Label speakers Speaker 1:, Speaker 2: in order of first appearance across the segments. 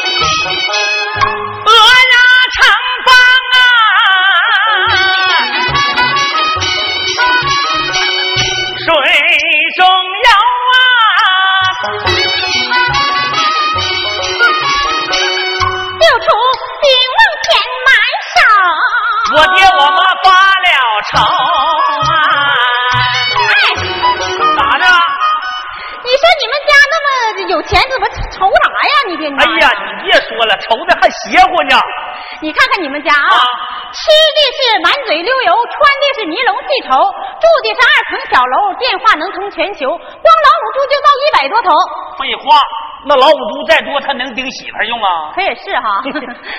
Speaker 1: 啊
Speaker 2: 哎邪乎呢。
Speaker 1: 你看看你们家啊，
Speaker 2: 啊
Speaker 1: 吃的是满嘴溜油，穿的是尼龙细绸，住的是二层小楼，电话能通全球，光老母猪就造一百多头。
Speaker 2: 废话，那老母猪再多，它能顶媳妇儿用啊？
Speaker 1: 可也是哈，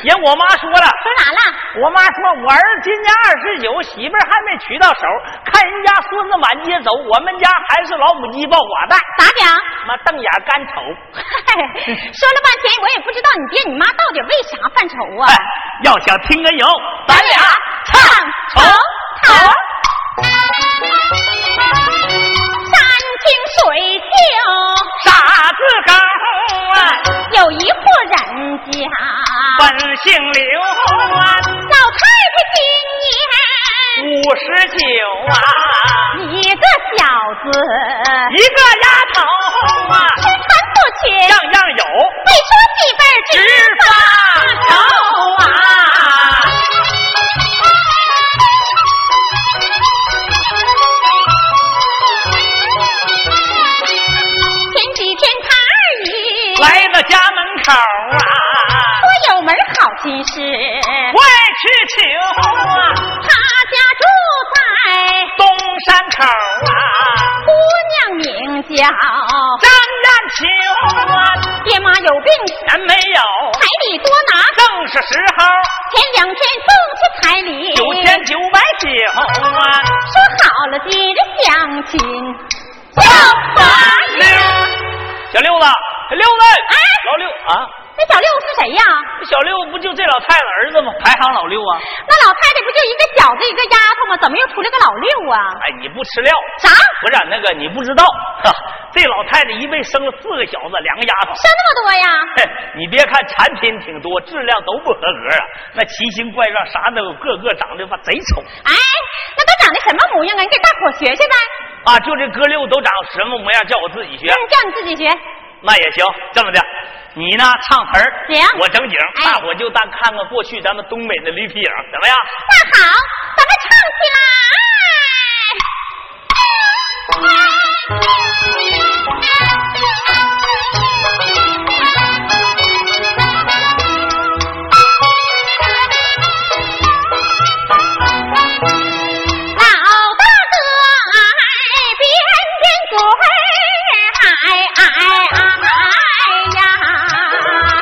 Speaker 2: 人我妈说 了，
Speaker 1: 说啥了？
Speaker 2: 我妈说我儿今年二十九，媳妇儿还没娶到手，看人家孙子满街走，我们家还是老母鸡抱寡蛋，
Speaker 1: 咋讲？
Speaker 2: 妈瞪眼干瞅。
Speaker 1: 嗨，说了半天，我也不知道你爹你妈到底为啥犯愁啊
Speaker 2: 哎。，要想听个有，咱俩啊
Speaker 1: 唱
Speaker 2: 唱
Speaker 1: 头头。山清水秀，
Speaker 2: 傻子高啊，
Speaker 1: 有一户人家，
Speaker 2: 本姓刘啊，
Speaker 1: 老太
Speaker 2: 五十九啊。
Speaker 1: 太今年一个小子，
Speaker 2: 一个丫头啊，
Speaker 1: 吃穿不缺，
Speaker 2: 样样有，
Speaker 1: 会说几辈儿
Speaker 2: 直
Speaker 1: 发
Speaker 2: 发
Speaker 1: 愁
Speaker 2: 愁
Speaker 1: 啊
Speaker 2: 啊。
Speaker 1: 前几天他二姨
Speaker 2: 来到家门口啊，
Speaker 1: 说有门好亲事，
Speaker 2: 外去求啊，
Speaker 1: 他家住在
Speaker 2: 东山口啊，
Speaker 1: 姑娘名叫
Speaker 2: 张占求啊，
Speaker 1: 爹妈有病，
Speaker 2: 钱没有，
Speaker 1: 彩礼多拿，
Speaker 2: 正是时候，
Speaker 1: 前两天送去彩礼，
Speaker 2: 九千九百九啊，
Speaker 1: 说好了今日相亲，叫花
Speaker 2: 六，小六子，小六子，老六啊，
Speaker 1: 那小六是谁呀？
Speaker 2: 小六不就这老太太儿子吗？排行老六啊，
Speaker 1: 那老太太不就一个小子一个丫头吗？怎么又出来个老六啊？
Speaker 2: 哎，你不吃料。
Speaker 1: 啥？生
Speaker 2: 不是那个，你不知道，哈，这老太太一辈生了四个小子，两个丫头。
Speaker 1: 那么多呀？
Speaker 2: 嘿，你别看产品挺多，质量都不合格啊，那奇形怪状，啥都有，个个长得吧贼丑
Speaker 1: 哎，那都长得什么模样啊？你给大伙儿学学呗。
Speaker 2: 啊！就这哥六都长什么模样，叫我自己学
Speaker 1: 嗯，叫你自己学。
Speaker 2: 那也行。这么的，你呢唱词儿，
Speaker 1: 行
Speaker 2: 我整景，
Speaker 1: 哎
Speaker 2: 大伙就当看看过去咱们东北的驴皮影，怎么样？
Speaker 1: 那好，咱们唱起来。老大哥，边边滚哎哎哎呀！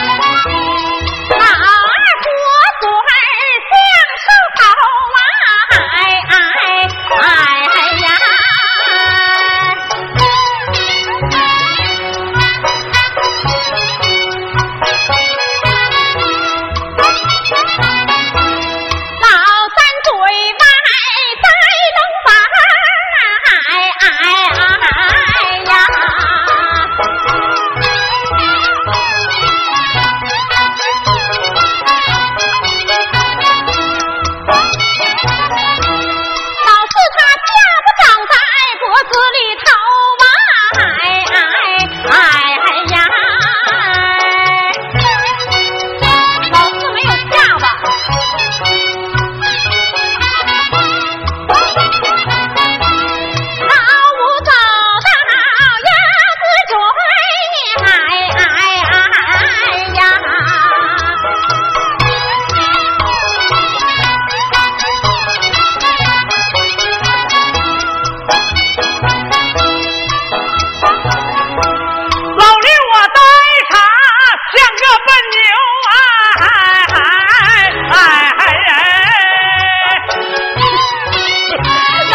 Speaker 1: 老二婆滚向上跑啊！哎哎哎呀！老三嘴外栽龙板哎哎哎呀！老四他家不长在脖子里头嘛，哎哎哎呀！老四没有下巴。老五走到鸭子嘴，哎哎哎呀！
Speaker 2: 老六啊，呆傻像个笨牛啊！哎哎哎哎！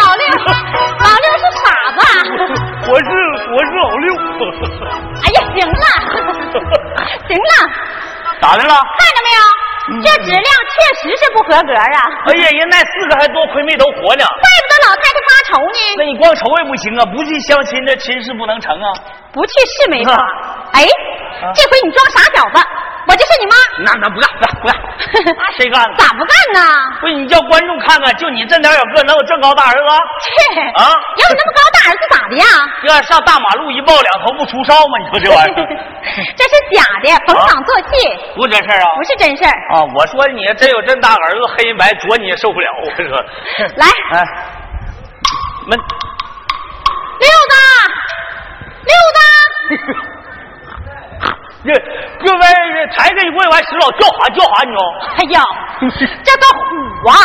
Speaker 1: 老六，老六是傻子。啊
Speaker 2: 我是我是老六，
Speaker 1: 哎呀，行了，行了，
Speaker 2: 咋的了？
Speaker 1: 看着没有？这质量确实是不合格啊！
Speaker 2: 嗯哎呀，人那四个还多亏没都活呢。
Speaker 1: 怪不得老太太发愁呢
Speaker 2: 那，你光愁也不行啊，不去相亲这亲事不能成啊。
Speaker 1: 不去是没法
Speaker 2: 啊。
Speaker 1: 哎
Speaker 2: 啊，
Speaker 1: 这回你装傻小子，我就是你妈。
Speaker 2: 那那不干不干不 干，那谁干呢？
Speaker 1: 咋不干呢？
Speaker 2: 不是你叫观众看看，就你这点小个，能有这高大儿子？
Speaker 1: 切，
Speaker 2: 啊
Speaker 1: 有你那么高大儿子咋的呀？
Speaker 2: 要上大马路一抱两头不出哨吗？你说这玩意 儿
Speaker 1: 这是假的，逢
Speaker 2: 啊
Speaker 1: 场作戏，
Speaker 2: 多真事儿啊！
Speaker 1: 不是真事儿。
Speaker 2: 啊，我说你 真有这大儿子黑白，啄你也受不了。我说，
Speaker 1: 来，
Speaker 2: 哎，闷，
Speaker 1: 溜达，溜达，
Speaker 2: 这各位才这一跪完，石老叫喊叫喊，你哦知道吗？
Speaker 1: 哎 呀，这个虎啊！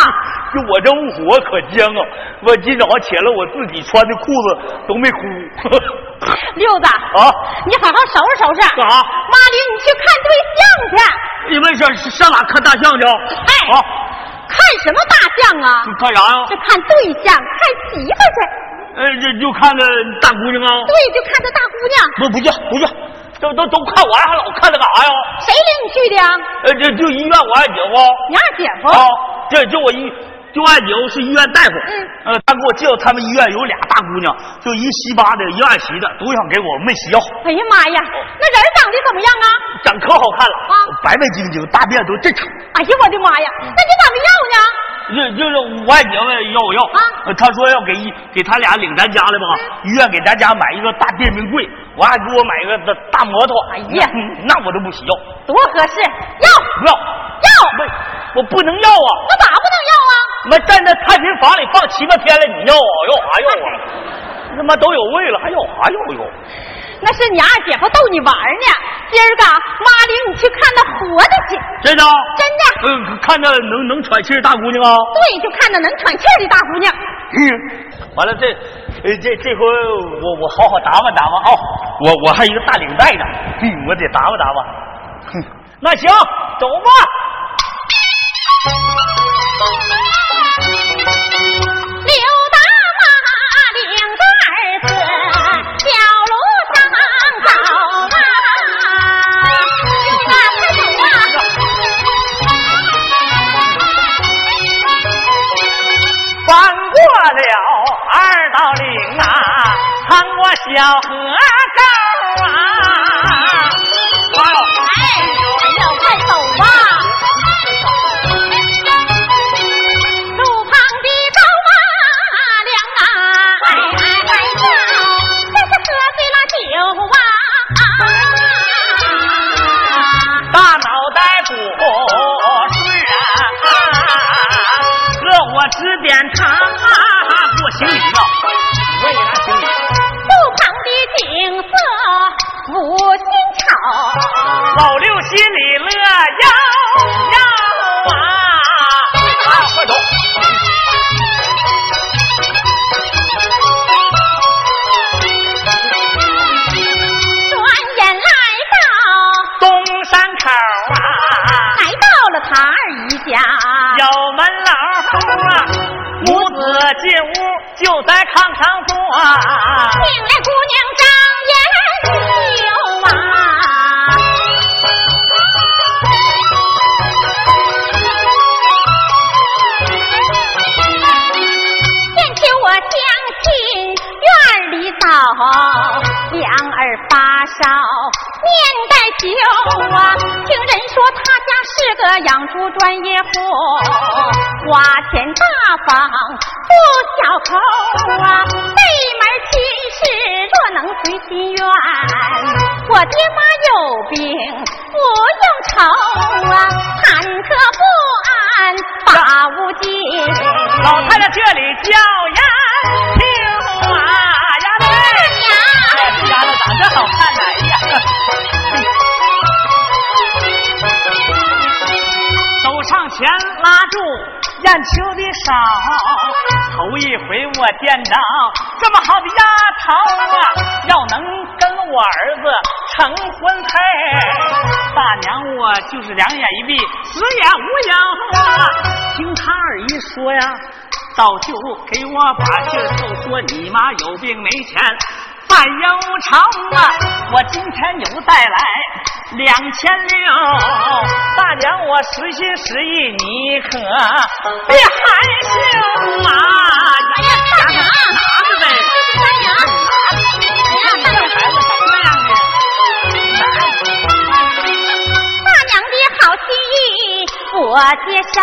Speaker 2: 就我这五虎啊可犟啊！我今早上起来，我自己穿的裤子都没哭。
Speaker 1: 六子，
Speaker 2: 啊
Speaker 1: 你好好收拾收拾。
Speaker 2: 干啥
Speaker 1: 妈领你去看对象去。
Speaker 2: 你们上上哪看大象去？
Speaker 1: 哎，
Speaker 2: 啊，
Speaker 1: 看什么大象啊？
Speaker 2: 你看啥呀、
Speaker 1: 就看对象，看媳妇儿去。
Speaker 2: 呃，这就看那大姑娘啊。
Speaker 1: 对，就看这大姑娘。
Speaker 2: 不，不去，不去，都都都看我还老看那干啥呀？
Speaker 1: 谁领你去的呀？啊
Speaker 2: 呃，这就医院我二姐夫
Speaker 1: 你二姐夫。
Speaker 2: 啊，这就我医，就二姐夫是医院大夫。
Speaker 1: 嗯
Speaker 2: 呃，他给我介绍他们医院有俩大姑娘，就一西八的，一二十的，都想给我没洗药。
Speaker 1: 哎呀妈呀，那人长得怎么样啊？
Speaker 2: 长可好看了
Speaker 1: 啊
Speaker 2: 白白净净，大便都正常。
Speaker 1: 哎呀，我的妈呀，那你咋没要呢？
Speaker 2: 就就是五块钱呗，要不要？
Speaker 1: 啊
Speaker 2: 呃他说要给一给他俩领咱家来吧，医院给咱家买一个大电冰柜，完还给我买一个大大摩托。
Speaker 1: 哎呀
Speaker 2: 嗯那我都不需要，
Speaker 1: 多合适，要
Speaker 2: 不要，
Speaker 1: 要，
Speaker 2: 不，我不能要啊！
Speaker 1: 那咋不能要啊？
Speaker 2: 妈站在太平房里放七八天了，你要啊？要啥要啊？他妈都有味了，哎还要啥要要？
Speaker 1: 那是你二姐夫逗你玩儿呢。今儿个妈领你去看那活的去，
Speaker 2: 真的啊？
Speaker 1: 真的。
Speaker 2: 嗯，看着能能喘气儿大姑娘啊。
Speaker 1: 对，就看那能喘气儿的大姑娘。
Speaker 2: 嗯，完了这，呃这这回我我好好打扮打扮啊、我我还有一个大领带呢，嗯，我得打扮打扮。哼，那行，走吧。
Speaker 1: 刘大妈领着儿子小路上走啊，那是
Speaker 3: 翻过了二道岭啊，趟过小河沟啊，
Speaker 2: 哦
Speaker 1: 哎，老快走吧。路旁的高马梁啊，哎哎哎呀，这是喝醉了酒啊。
Speaker 3: 大脑袋不是啊，哥我指点他、
Speaker 2: 啊
Speaker 3: 给我行礼吧，我也拿行礼。
Speaker 1: 路旁的景色五心愁，
Speaker 3: 老六心里乐悠悠啊，快走。
Speaker 1: 转眼来到
Speaker 3: 东山口啊，
Speaker 1: 来到了他二姨家，
Speaker 3: 有门楼啊，母子进屋就在炕上坐啊，
Speaker 1: 请来姑娘张言就啊。见起我乡亲院里早，两耳发烧，面带酒啊。听人说他家是个养猪专业户，花钱大方不小抠啊。这门亲事若能随心愿，我爹妈有病不用愁啊，忐忑不安把无尽。
Speaker 3: 老太太这里叫呀听啊呀
Speaker 1: 哎呀，
Speaker 3: 嘞，这丫头长得好看呐，哎呀，走上前拉住燕秋的手，头一回我见着这么好的丫头啊，要能跟我儿子成婚配，大娘我就是两眼一闭，死也无影啊。听他二姨说呀，早就给我把信儿，就说你妈有病没钱。犯忧愁啊！我今天又带来两千六，大娘我实心实意，你可别含羞啊！
Speaker 1: 大娘，
Speaker 3: 拿着呗，
Speaker 1: 大娘，哎呀，大娘，
Speaker 3: 让孩子怎么样呢？
Speaker 1: 大娘的好心意我接受，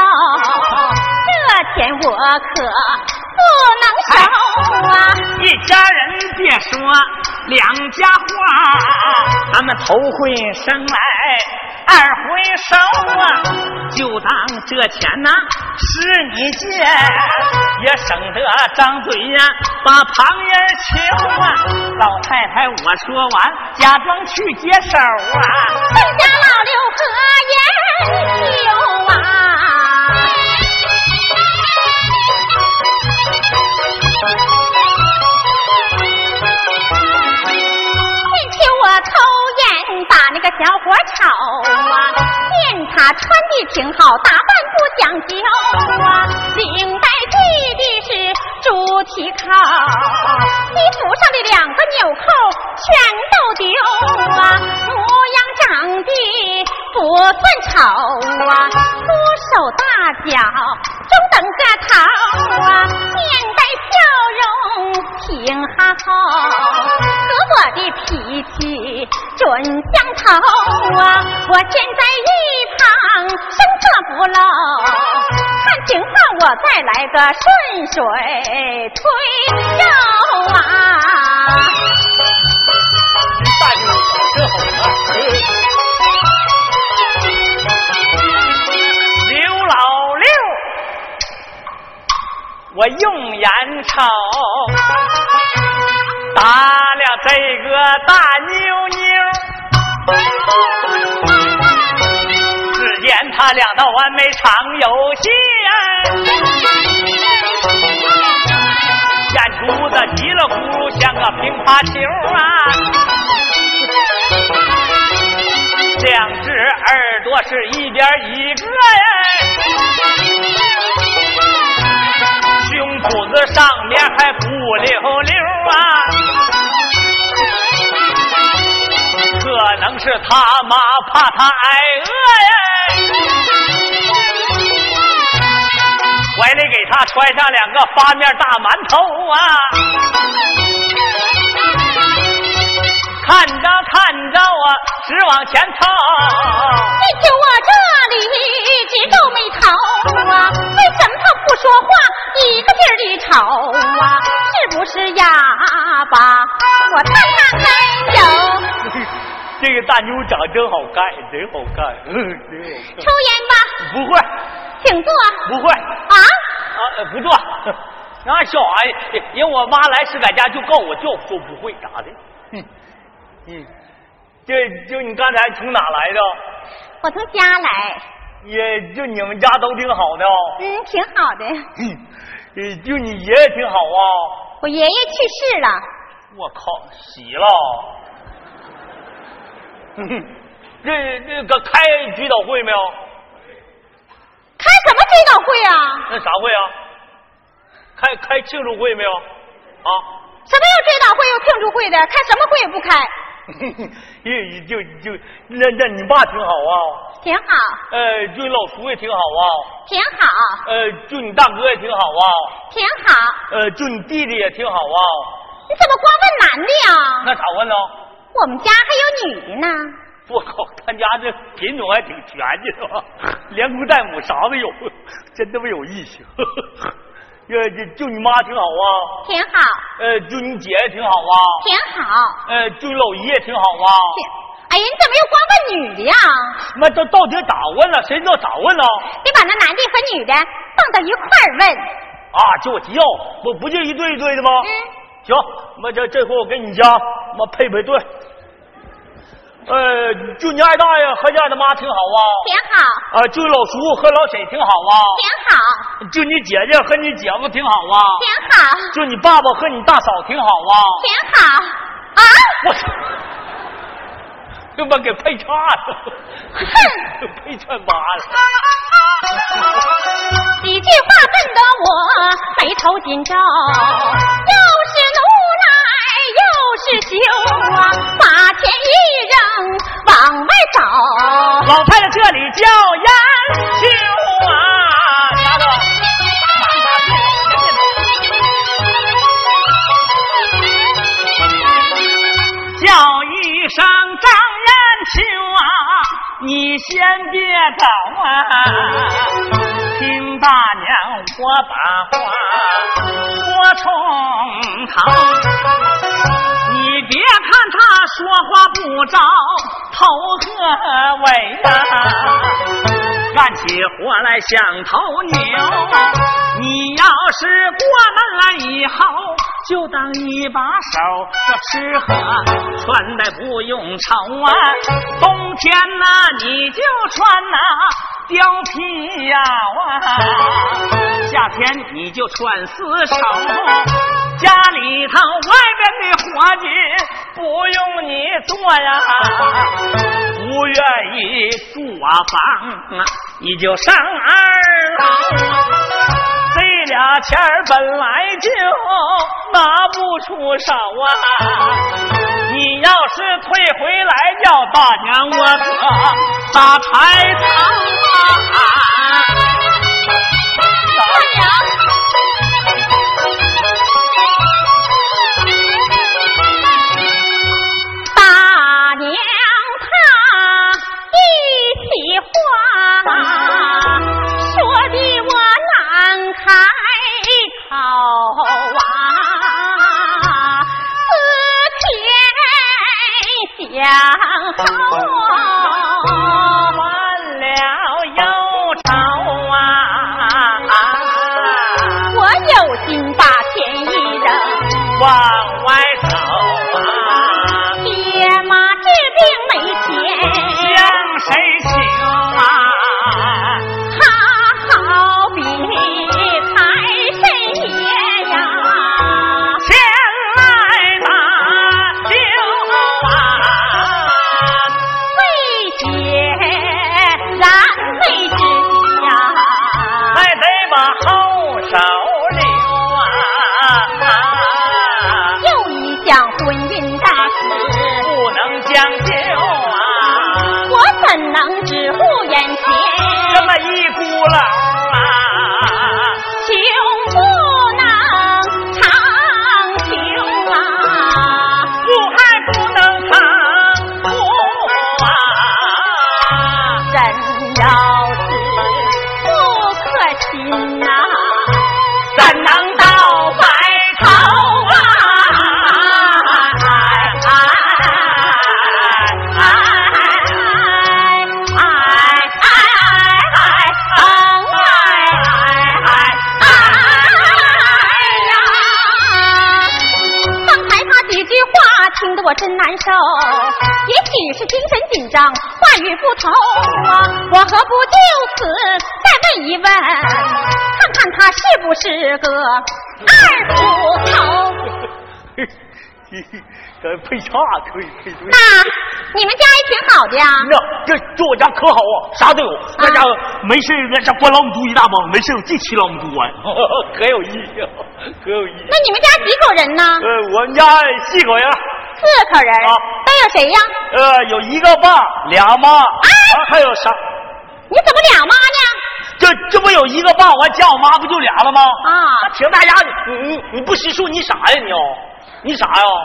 Speaker 1: 这钱我可不能收啊。
Speaker 3: 一家人别说两家话，咱们头会生来二回收啊，就当这钱呐、是你借，也省得张嘴呀、把旁人求啊。老太太，我说完，假装去接手啊。
Speaker 1: 邓家老六和言休啊，你听我抽烟把那个小伙瞅啊，见他穿的挺好，打扮不讲究啊，领带系的是猪蹄扣，
Speaker 3: 啊
Speaker 1: 衣服上的两个纽扣全都丢啊，模样长得不算丑啊，粗手大脚中等个头啊，面带笑容挺哈厚。和我的脾气准相投啊！我站在一旁深刻不漏，看情况我再来个顺水推舟啊！
Speaker 2: 大舅真好
Speaker 3: 啊
Speaker 2: 看。
Speaker 3: 刘老六，我用眼瞅，打了这个大妞妞，只见他俩到完美场游戏呀、演出的急了咕噜像个乒乓球啊，两只耳朵是一边一个呀、胸脯子上面还鼓溜溜啊，可能是他妈怕他挨饿呀，怀里给他揣上两个发面大馒头啊，看着看着啊，直往前 凑。
Speaker 1: 你听我这里直皱眉头啊，为什么他不说话，一个劲儿地瞅啊？是不是哑巴？我看看哎还有。
Speaker 2: 这个大妞长真好看，真好看，嗯真好
Speaker 1: 抽烟
Speaker 2: 看。不会，
Speaker 1: 吧，请坐。
Speaker 2: 不会，
Speaker 1: 啊，
Speaker 2: 啊，呃不做。 那小孩，因为我妈来时在家就告我叫，说不会咋的。嗯嗯，这就你刚才从哪来的？
Speaker 1: 我从家来，
Speaker 2: 也就你们家都挺好的哦。
Speaker 1: 嗯，挺好的。
Speaker 2: 嗯，呃就你爷爷挺好啊。
Speaker 1: 我爷爷去世了，
Speaker 2: 我靠，洗了。嗯哼，这这个开追悼会没有？
Speaker 1: 开什么追悼会啊？
Speaker 2: 那啥会啊？开开庆祝会没有？啊？
Speaker 1: 什么有追悼会，有庆祝会的，开什么会也不开，
Speaker 2: 就就就那那你爸挺好啊，
Speaker 1: 挺好，
Speaker 2: 呃，就你老叔也挺好啊，
Speaker 1: 挺好，
Speaker 2: 呃，就你大哥也挺好啊，
Speaker 1: 挺好。
Speaker 2: 呃，就你弟弟也挺好啊。
Speaker 1: 你怎么光问男的呀？
Speaker 2: 那咋问呢？
Speaker 1: 我们家还有女的呢。
Speaker 2: 我靠，他家这品种还挺全的， 是吧？连姑带母啥都有， 真他妈有意思。 呃，就就你妈挺好啊，
Speaker 1: 挺好，
Speaker 2: 呃，就你姐也挺好啊，
Speaker 1: 挺好。
Speaker 2: 呃，就你老姨也挺好啊。
Speaker 1: 挺哎呀，你怎么又光问女的呀？
Speaker 2: 那到到底咋问了？谁知道咋问了？
Speaker 1: 得把那男的和女的放到一块儿问。
Speaker 2: 啊，就我急要，不不就一对一对的吗？
Speaker 1: 嗯，
Speaker 2: 行，那这这回我给你家妈配配对。呃，就你二大爷和你二大妈挺好啊，
Speaker 1: 挺好，
Speaker 2: 啊，就你老叔和老婶挺好啊，
Speaker 1: 挺好，
Speaker 2: 就你姐姐和你姐夫挺好啊，
Speaker 1: 挺好，
Speaker 2: 就你爸爸和你大嫂挺好啊。
Speaker 1: 挺好。啊！
Speaker 2: 我操！他妈给配差 了，配串麻了。
Speaker 1: 几句话震得我眉头紧皱，又是怒来又是羞啊，把钱一扔往外走。
Speaker 3: 老太太这里叫烟秋啊，拿着叫一声张烟秋啊，你先别走啊，听大娘我把话说从头。你别看他是说话不着头和尾啊呐、干起活来像头牛。你要是过门来以后，就当一把手，这吃喝穿戴不用愁啊。冬天呐、你就穿呐、貂皮袄啊，夏天你就穿丝绸。家里头外边的活计不用你做呀，不愿意住瓦房啊，你就上二楼。这俩钱儿本来就拿不出手啊，你要是退回来，要大娘我可打台堂啊！
Speaker 1: 大娘。大娘她一体话，说的我难开口啊，思前想后。
Speaker 3: 完了又愁啊！
Speaker 1: 我有心把钱一扔，
Speaker 3: 往外走啊，
Speaker 1: 爹妈治病没钱，
Speaker 3: 向谁请啊？
Speaker 1: 他好比财神爷呀，
Speaker 3: 前来打酒啊，
Speaker 1: 为解燃眉之急
Speaker 3: 还
Speaker 2: 哎
Speaker 1: 呀，
Speaker 3: 得把后手留啊，
Speaker 1: 又一项婚姻大事，
Speaker 3: 不能将就啊，
Speaker 1: 我怎能只顾眼前？
Speaker 3: 这么一咕噜啊，
Speaker 1: 情不能长情啊，
Speaker 3: 不爱不能长不啊。
Speaker 1: 人要是不可亲呐、
Speaker 3: 怎能到白头啊？
Speaker 1: 刚才他几句话听得我真难受，也许是精神紧张，话语不投啊。我何不就此再问一问，看看他是不是个二骨头？
Speaker 2: 这配差可以配对。
Speaker 1: 那你们家也挺好的呀，
Speaker 2: 那这住我家可好啊，啥都有。那家伙没事儿，那家关老母猪一大帮，没事儿我自己骑老母猪玩，可有意思，可有意思
Speaker 1: 那。你们家几口人呢？
Speaker 2: 呃，我们家四口人，
Speaker 1: 四口人
Speaker 2: 啊，
Speaker 1: 都有谁呀？
Speaker 2: 呃，有一个爸，俩妈，啊还有啥？
Speaker 1: 你怎么俩妈呢？
Speaker 2: 这这不有一个爸，完加我妈不就俩了吗？
Speaker 1: 啊
Speaker 2: 那，挺大家，你你你不识数，你啥呀你、哦？你啥呀？哦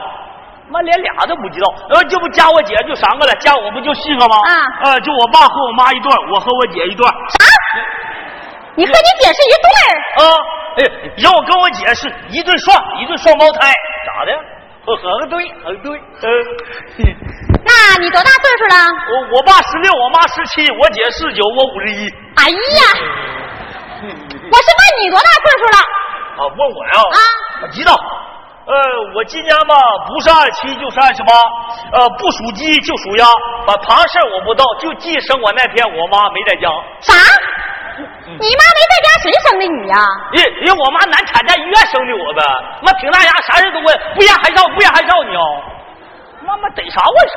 Speaker 2: 妈连俩都不知道，呃，这不加我姐就三个了，加我不就四个吗？
Speaker 1: 啊
Speaker 2: 呃，就我爸和我妈一对儿，我和我姐一对儿。
Speaker 1: 你和你姐是一对儿。
Speaker 2: 啊，哎，让我跟我姐是一对双，一对双胞胎，咋的？我很对，很对。嗯，
Speaker 1: 那你多大岁数了？
Speaker 2: 我我爸十六，我妈十七，我姐四九，我五十一。
Speaker 1: 哎呀，我是问你多大岁数了？
Speaker 2: 啊，问我呀？
Speaker 1: 啊
Speaker 2: 我知道。呃，我今年吧，不是二十七就是二十八，呃，不属鸡就属鸭，把旁事儿我不到，就记生我那天我妈没在家，
Speaker 1: 啥？你妈没在家，谁生的你呀、
Speaker 2: 因因为我妈难产在医院生的我呗，妈挺大家啥事都问，不嫌还少，不嫌还少你哦，妈妈逮啥问啥。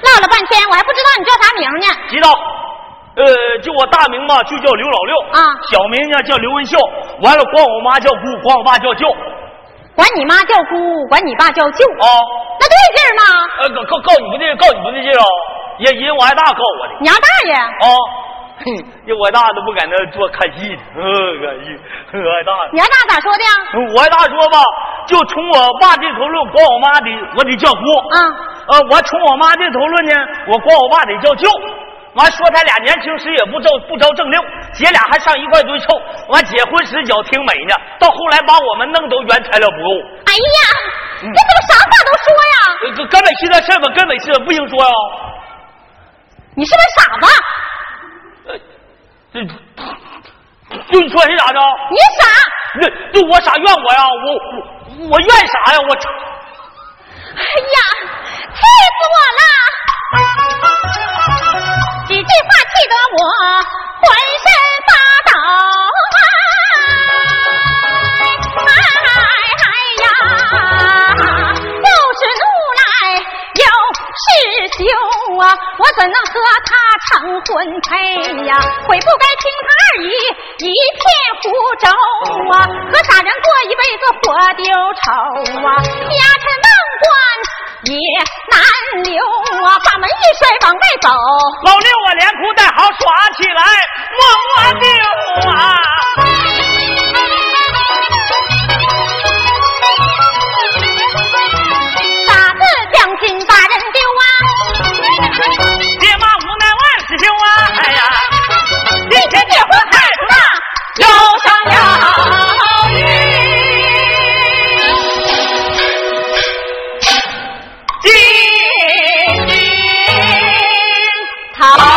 Speaker 1: 唠了半天，我还不知道你叫啥名呢。
Speaker 2: 知道，呃，就我大名嘛，就叫刘老六
Speaker 1: 啊
Speaker 2: 小名呢叫刘文秀。完了，管我妈叫姑，管我爸叫舅。啊，
Speaker 1: 管你妈叫姑，管你爸叫舅，那对劲儿吗？
Speaker 2: 呃，告告告你不对，告你不对劲儿啊！也因为我还大告我的
Speaker 1: 娘大爷，
Speaker 2: 啊，哼，因为我大都不搁那做看戏的，呃，看戏，我还大
Speaker 1: 娘大咋说的呀？
Speaker 2: 我还大说吧，就从我爸这头论，管我妈得我得叫姑
Speaker 1: 啊，
Speaker 2: 呃，我从我妈这头论呢，我管我爸得叫舅。完说他俩年轻时也不着不着正六，姐俩还上一块堆凑。完结婚时脚挺美呢，到后来把我们弄都原材料不够。
Speaker 1: 哎呀，你怎么啥话都说说呀？
Speaker 2: 呃甘美西的事儿吧，甘美西的不行说呀、
Speaker 1: 你是不是傻子？
Speaker 2: 这就你说谁咋着？
Speaker 1: 你傻！
Speaker 2: 那就我傻怨我呀？我我我怨啥呀？我
Speaker 1: 哎呀，气死我了！几句话气得我浑身发抖啊！哎呀，又是怒来又是羞啊！我怎能和他成婚配呀？悔不该听他二姨一片胡诌啊，和傻人过一辈子活丢愁啊！丫鬟问官。也难留啊！把门一摔往外走，
Speaker 2: 老六我连哭带嚎耍起来，么么丢啊！
Speaker 1: 打字将军把人丢啊！
Speaker 2: 爹妈无奈万事休啊！哎呀，
Speaker 1: 一天结婚害处大，腰上要鱼。
Speaker 2: 今
Speaker 1: 头。